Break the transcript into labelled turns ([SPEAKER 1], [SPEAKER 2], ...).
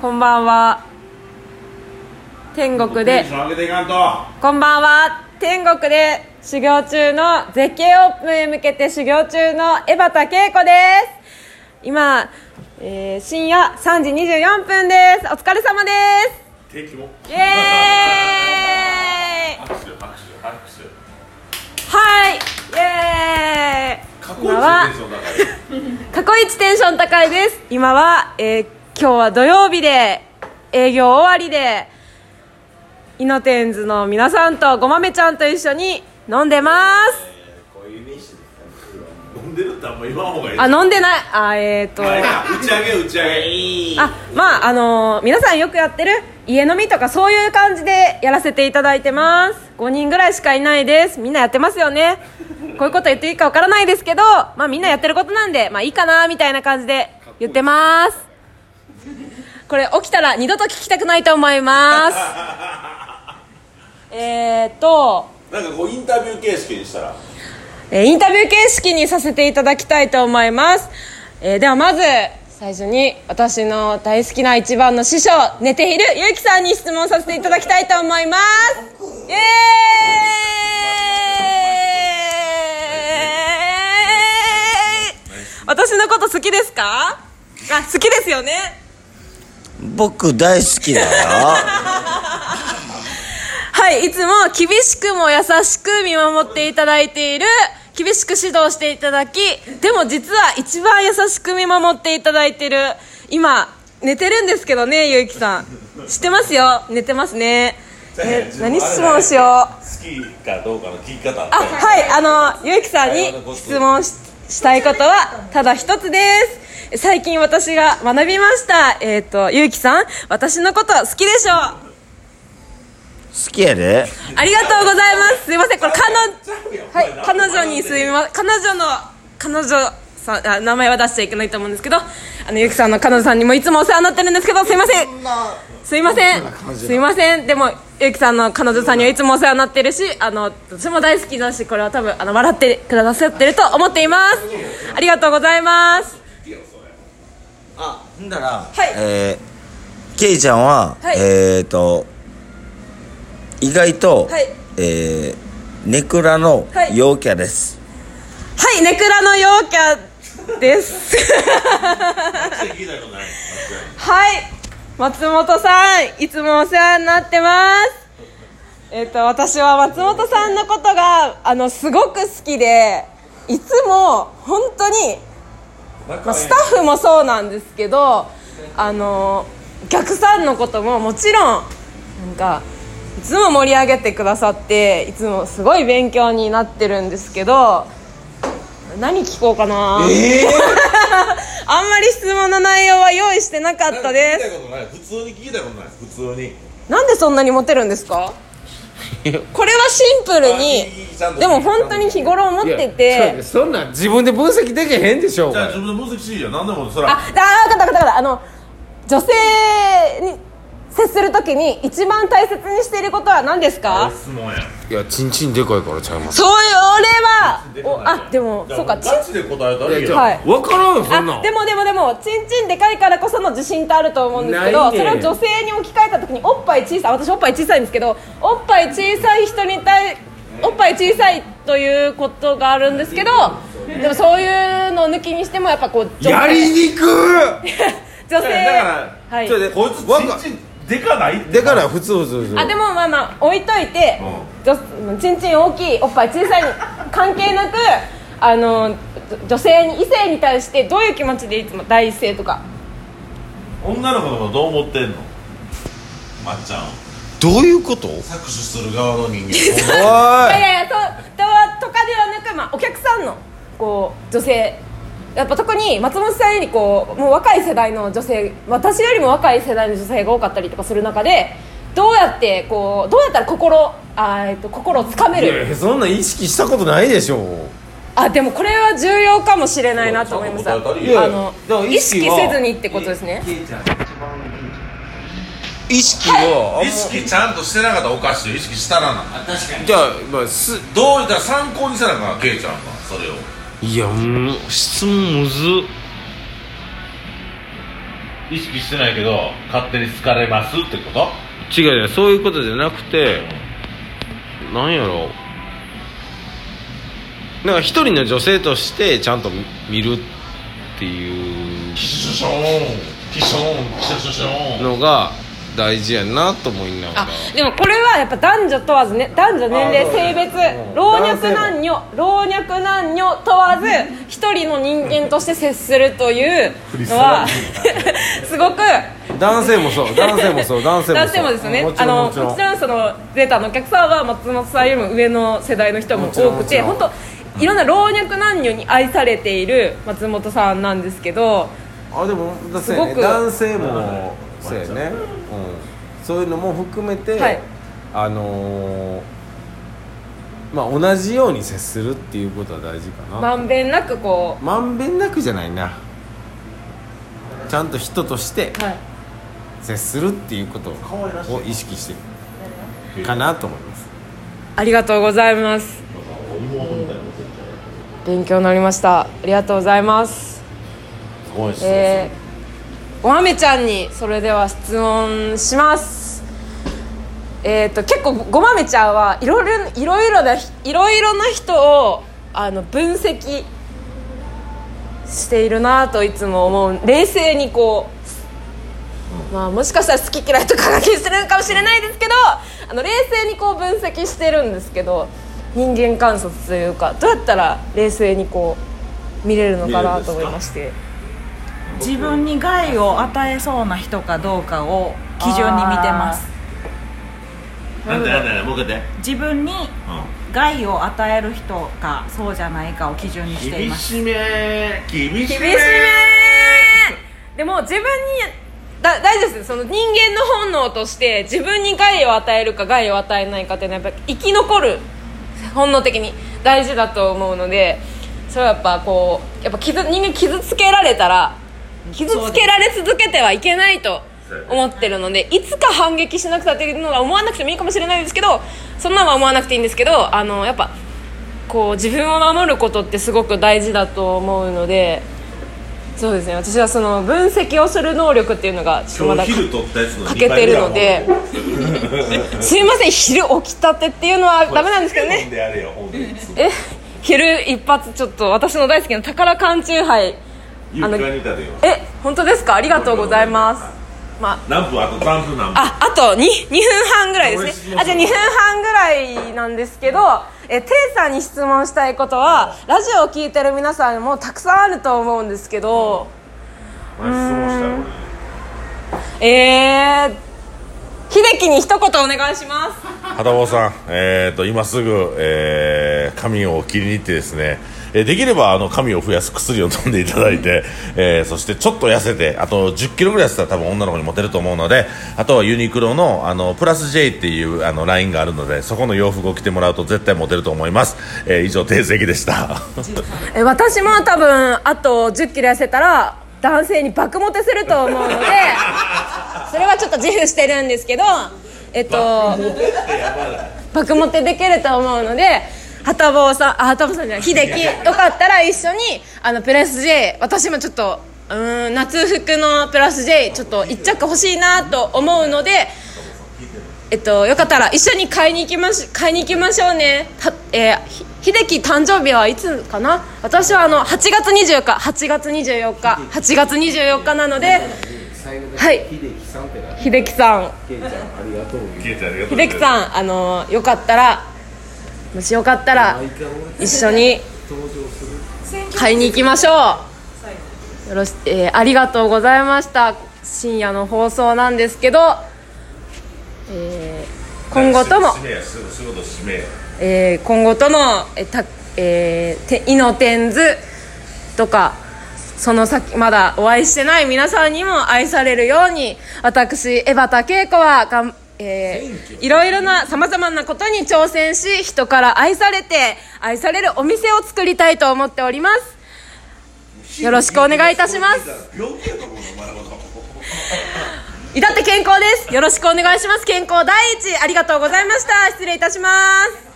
[SPEAKER 1] こんばんは天国で
[SPEAKER 2] テンション上げていかんと
[SPEAKER 1] こんばんは天国で修行中の絶景オープンへ向けて修行中の江端恵子です今、えー深夜3時24分ですお疲れ様で
[SPEAKER 2] 定期も
[SPEAKER 1] すイエーイ
[SPEAKER 2] 拍手拍手拍手
[SPEAKER 1] はいイエーイ
[SPEAKER 2] 過去一
[SPEAKER 1] 今
[SPEAKER 2] の
[SPEAKER 1] は
[SPEAKER 2] テンションだか
[SPEAKER 1] 過去一テンション高いです今は、えー今日は土曜日で営業終わりでイノテンズの皆さんとごまめちゃんと一緒に飲んでます
[SPEAKER 2] ら飲んでるってあんま言わんほうがいい
[SPEAKER 1] あ飲んでないあえっ、と
[SPEAKER 2] まあいいや打ち上げ打ち上げ
[SPEAKER 1] あまああのー皆さんよくやってる家飲みとかそういう感じでやらせていただいてます5人ぐらいしかいないですみんなやってますよねこういうこと言っていいかわからないですけど、まあ、みんなやってることなんでまあいいかなみたいな感じで言ってますこれ起きたら二度と聞きたくないと思いますえーっと
[SPEAKER 2] なんかこうインタビュー形式にしたら
[SPEAKER 1] えーインタビュー形式にさせていただきたいと思います、えーではまず最初に私の大好きな一番の師匠寝ているゆうきさんに質問させていただきたいと思いますイエーイ私のこと好きですかあ好きですよね
[SPEAKER 3] 僕大好きだ よ
[SPEAKER 1] はいいつも厳しくも優しく見守っていただいている厳しく指導していただきでも実は一番優しく見守っていただいている今寝てるんですけどねゆうきさん知ってますよ寝てますねえ何質問しようあ
[SPEAKER 2] 好きかどうかの聞き方あ
[SPEAKER 1] はいあのゆうきさんに質問ししたいことはただ一つです最近私が学びましたえっ、とゆうきさん私のこと好きでしょう
[SPEAKER 3] 好きやで
[SPEAKER 1] ありがとうございますすいませんこれ彼女はい、彼女にす
[SPEAKER 2] い
[SPEAKER 1] みま彼女の彼女さんあ名前は出しちゃいけないと思うんですけどあのゆきさんの彼女さんにもいつもお世話になってるんですけどすいませんすいませんすいませんでもゆきさんの彼女さんにはいつもお世話になってるしあの私も大好きだしこれは多分あの笑ってくださってると思っていますありがとうございます
[SPEAKER 3] あほんだら、
[SPEAKER 1] い
[SPEAKER 3] えー、ケイちゃんは、
[SPEAKER 1] はい
[SPEAKER 3] えっ、ー、と意外と、
[SPEAKER 1] はい
[SPEAKER 3] えー、ネクラの
[SPEAKER 1] はい
[SPEAKER 3] 陽キャです、
[SPEAKER 1] はいネクラの陽キャです
[SPEAKER 2] 聞いたことない
[SPEAKER 1] はい松本さんいつもお世話になってますえっ、と私は松本さんのことがあのすごく好きでいつも本当に、まあスタッフもそうなんですけどあのお客さんのことももちろんなんかいつも盛り上げてくださっていつもすごい勉強になってるんですけど何聞こうかな あんまり質問の内容は用意してなかったです
[SPEAKER 2] 聞いたことない普通に聞いたことない普通に
[SPEAKER 1] なんでそんなにモテるんですかこれはシンプル
[SPEAKER 2] あいいいいちゃん
[SPEAKER 1] に
[SPEAKER 2] と
[SPEAKER 1] でも本当に日頃思って
[SPEAKER 4] い
[SPEAKER 1] て
[SPEAKER 4] やそそんなん自分で分析できへんでしょう
[SPEAKER 2] じゃあ
[SPEAKER 4] が
[SPEAKER 2] 自分の分析しいよ何でもそ
[SPEAKER 1] あ
[SPEAKER 2] ら
[SPEAKER 1] あ分かった分かった分かったあの女性に接するときに一番大切にしていることは何ですか
[SPEAKER 2] 質問や
[SPEAKER 4] いやチンチンでかいからちゃいます
[SPEAKER 1] そうよ俺はおあでもそうか
[SPEAKER 2] ガ
[SPEAKER 1] ちん
[SPEAKER 2] チで答えたらいい
[SPEAKER 4] いや
[SPEAKER 2] よ
[SPEAKER 1] はい
[SPEAKER 4] 分からんよそんな
[SPEAKER 1] あ
[SPEAKER 4] ん
[SPEAKER 1] でもでもでもちんちんでかいからこその自信ってあると思うんですけ
[SPEAKER 4] な
[SPEAKER 1] ど
[SPEAKER 4] いね
[SPEAKER 1] それを女性に置き換えた時におっぱい小さい私おっぱい小さいんですけどおっぱい小さい人に対おっぱい小さいということがあるんですけどでもそういうのを抜きにしてもやっぱこう女性
[SPEAKER 4] やりにく
[SPEAKER 1] 女 性
[SPEAKER 2] だから
[SPEAKER 1] はい
[SPEAKER 4] ちょっと
[SPEAKER 2] こいつチンチンでかない
[SPEAKER 4] いだから普通普通普通
[SPEAKER 1] あでもまあまあ置いといて、女ちんちん大きいおっぱい小さいに関係なくあの女性に異性に対してどういう気持ちでいつも第一声とか
[SPEAKER 2] 女の子のことどう思ってんのまっちゃんを
[SPEAKER 3] どういうことおい
[SPEAKER 2] 搾取する側の人間
[SPEAKER 1] いやいやいやととはとかではなく、まあ、お客さんのこう女性やっぱ特に松本さんよりこうもう若い世代の女性私よりも若い世代の女性が多かったりとかする中でどうやってこうどうやったら心あー、えっと、心をつかめ
[SPEAKER 4] いやい
[SPEAKER 1] る
[SPEAKER 4] やそんなん意識したことないでしょう
[SPEAKER 1] あでもこれは重要かもしれないなと思いますあ
[SPEAKER 2] そうそう答えたりいや
[SPEAKER 1] の意識せずにってことですね
[SPEAKER 3] 意識を
[SPEAKER 2] 意識ちゃんとしてなかったらおかしいよ意識したらな
[SPEAKER 4] じゃあまあす
[SPEAKER 2] どういったら参考にせなあかんケイちゃんがそれを
[SPEAKER 4] いやもう質問むずっ
[SPEAKER 2] 意識してないけど勝手に好かれますってこと
[SPEAKER 4] 違う違うそういうことじゃなくてなんやろなんか一人の女性としてちゃんと見るっていう
[SPEAKER 2] キシュショーンキショーンキシュシュショーン
[SPEAKER 4] のが大事やなと思いなが
[SPEAKER 1] あ
[SPEAKER 4] ら
[SPEAKER 1] でもこれはやっぱ男女問わずね男女年齢
[SPEAKER 4] あそう
[SPEAKER 1] 性別
[SPEAKER 4] うん
[SPEAKER 1] 老若男女老若男女問わず一人の人間として接するというのは すごく
[SPEAKER 4] 男性もそう男性もそう 男性もそう
[SPEAKER 1] 男性もですよね
[SPEAKER 4] もち
[SPEAKER 1] あ
[SPEAKER 4] ろん
[SPEAKER 1] の
[SPEAKER 4] も
[SPEAKER 1] も
[SPEAKER 4] ちろん
[SPEAKER 1] ちろんそのデータのお客さんは松本さんよりも上の世代の人も
[SPEAKER 4] もちろ
[SPEAKER 1] 多く
[SPEAKER 4] ん
[SPEAKER 1] て
[SPEAKER 4] もち
[SPEAKER 1] 本
[SPEAKER 4] ろ
[SPEAKER 1] 当いろんな老若男女に愛されている松本さんなんですけど
[SPEAKER 4] あでもだそ
[SPEAKER 1] す
[SPEAKER 4] うやね
[SPEAKER 1] ごく
[SPEAKER 4] 男性もそうやね、うん、そういうのも含めて、
[SPEAKER 1] はい
[SPEAKER 4] あのーまあ同じように接するっていうことは大事かな
[SPEAKER 1] まんべんなくこ
[SPEAKER 4] まんべんなくじゃないなちゃんと人として
[SPEAKER 1] う、はい、
[SPEAKER 4] 接するっていうことを意識してるかなと思います
[SPEAKER 1] ありがとうございます勉強になりましたありがとうございます
[SPEAKER 2] すごいっすね
[SPEAKER 1] えーおまめちゃんにそれでは質問しますえっ、と結構ごまめちゃんはいろいろいろいろないろいろな人をあの分析しているなといつも思う冷静にこう、まあ、もしかしたら好き嫌いとかが気にするかもしれないですけどあの冷静にこう分析してるんですけど人間観察というかどうやったら冷静にこう見れるのかなと思いまして。
[SPEAKER 5] 自分に害を与えそうな人かどうかを基準に見てます
[SPEAKER 2] なんでなんでなんでもう一回やって
[SPEAKER 5] 自分に害を与える人かそうじゃないかを基準にしてい
[SPEAKER 2] 厳
[SPEAKER 5] ます
[SPEAKER 2] しめ厳しめ
[SPEAKER 1] 厳しめーでも自分にだ大事ですその人間の本能として自分に害を与えるか害を与えないかっていうのはやっぱ生き残る本能的に大事だと思うのでそれはやっぱこうやっぱ傷人間傷つけられたら傷つけられ続けてはいけないと思ってるのでいつか反撃しなくたっていうのが思わなくてもいいかもしれないですけどそんなのは思わなくていいんですけどあのやっぱこう自分を守ることってすごく大事だと思うのでそうですね私はその分析をする能力っていうのがちょっとまだ
[SPEAKER 2] 今日昼取ったやつの
[SPEAKER 1] 欠けてるのですいません昼起きたてっていうのはダメなんですけどね
[SPEAKER 2] であれよほんでいつも
[SPEAKER 1] え昼一発ちょっと私の大好きな宝缶チューハイ
[SPEAKER 2] 床にいたでよ
[SPEAKER 1] え本当ですかありがとうございますまあ
[SPEAKER 2] 何分あと何分何分
[SPEAKER 1] ああと 2, 2分半ぐらいですねあじゃあ2分半ぐらいなんですけどえテイさんに質問したいことはラジオを聞いてる皆さんもたくさんあると思うんですけど
[SPEAKER 2] 前質問したよ
[SPEAKER 1] えー、秀樹に一言お願いします
[SPEAKER 2] 俺はたぼうさんえっと今すぐえー髪を切りに行ってですねえーできればあの髪を増やす薬を飲んでいただいて、えーそしてちょっと痩せてあと1 0キロぐらい痩せたら多分女の子にモテると思うのであとはユニクロのあのプラス J っていうあのラインがあるのでそこの洋服を着てもらうと絶対モテると思います、えー以上定石でした
[SPEAKER 1] え私も多分あと1 0キロ痩せたら男性に爆モテすると思う のでそれはちょっと自負してるんですけどえっと爆モテできると思うのではたぼうさんあはたぼうさんじゃない秀樹よかったら一緒にあのプラス J 私もちょっとうーん夏服のプラス J ちょっと一着欲しいなと思うのでえっとよかったら一緒に買いに行きまし買いに行きましょうねたえーひ秀樹誕生日はいつかな私はあの8月24日8月24日8月24日なのではい秀樹さん秀樹さんあのよかったらもしよかったら一緒に買いに行きましょうよろし、えーありがとうございました深夜の放送なんですけど、えー今後とも、
[SPEAKER 2] 締めや仕事締めや
[SPEAKER 1] えー今後ともえーた、えー、てイノテンズとかその先まだお会いしてない皆さんにも愛されるように私江端恵子はがん、えーいろいろなさまざまなことに挑戦し人から愛されて愛されるお店を作りたいと思っておりますよろしくお願いいたします
[SPEAKER 2] 病気やと思うのお前は
[SPEAKER 1] 至って健康ですよろしくお願いします健康第一ありがとうございました失礼いたします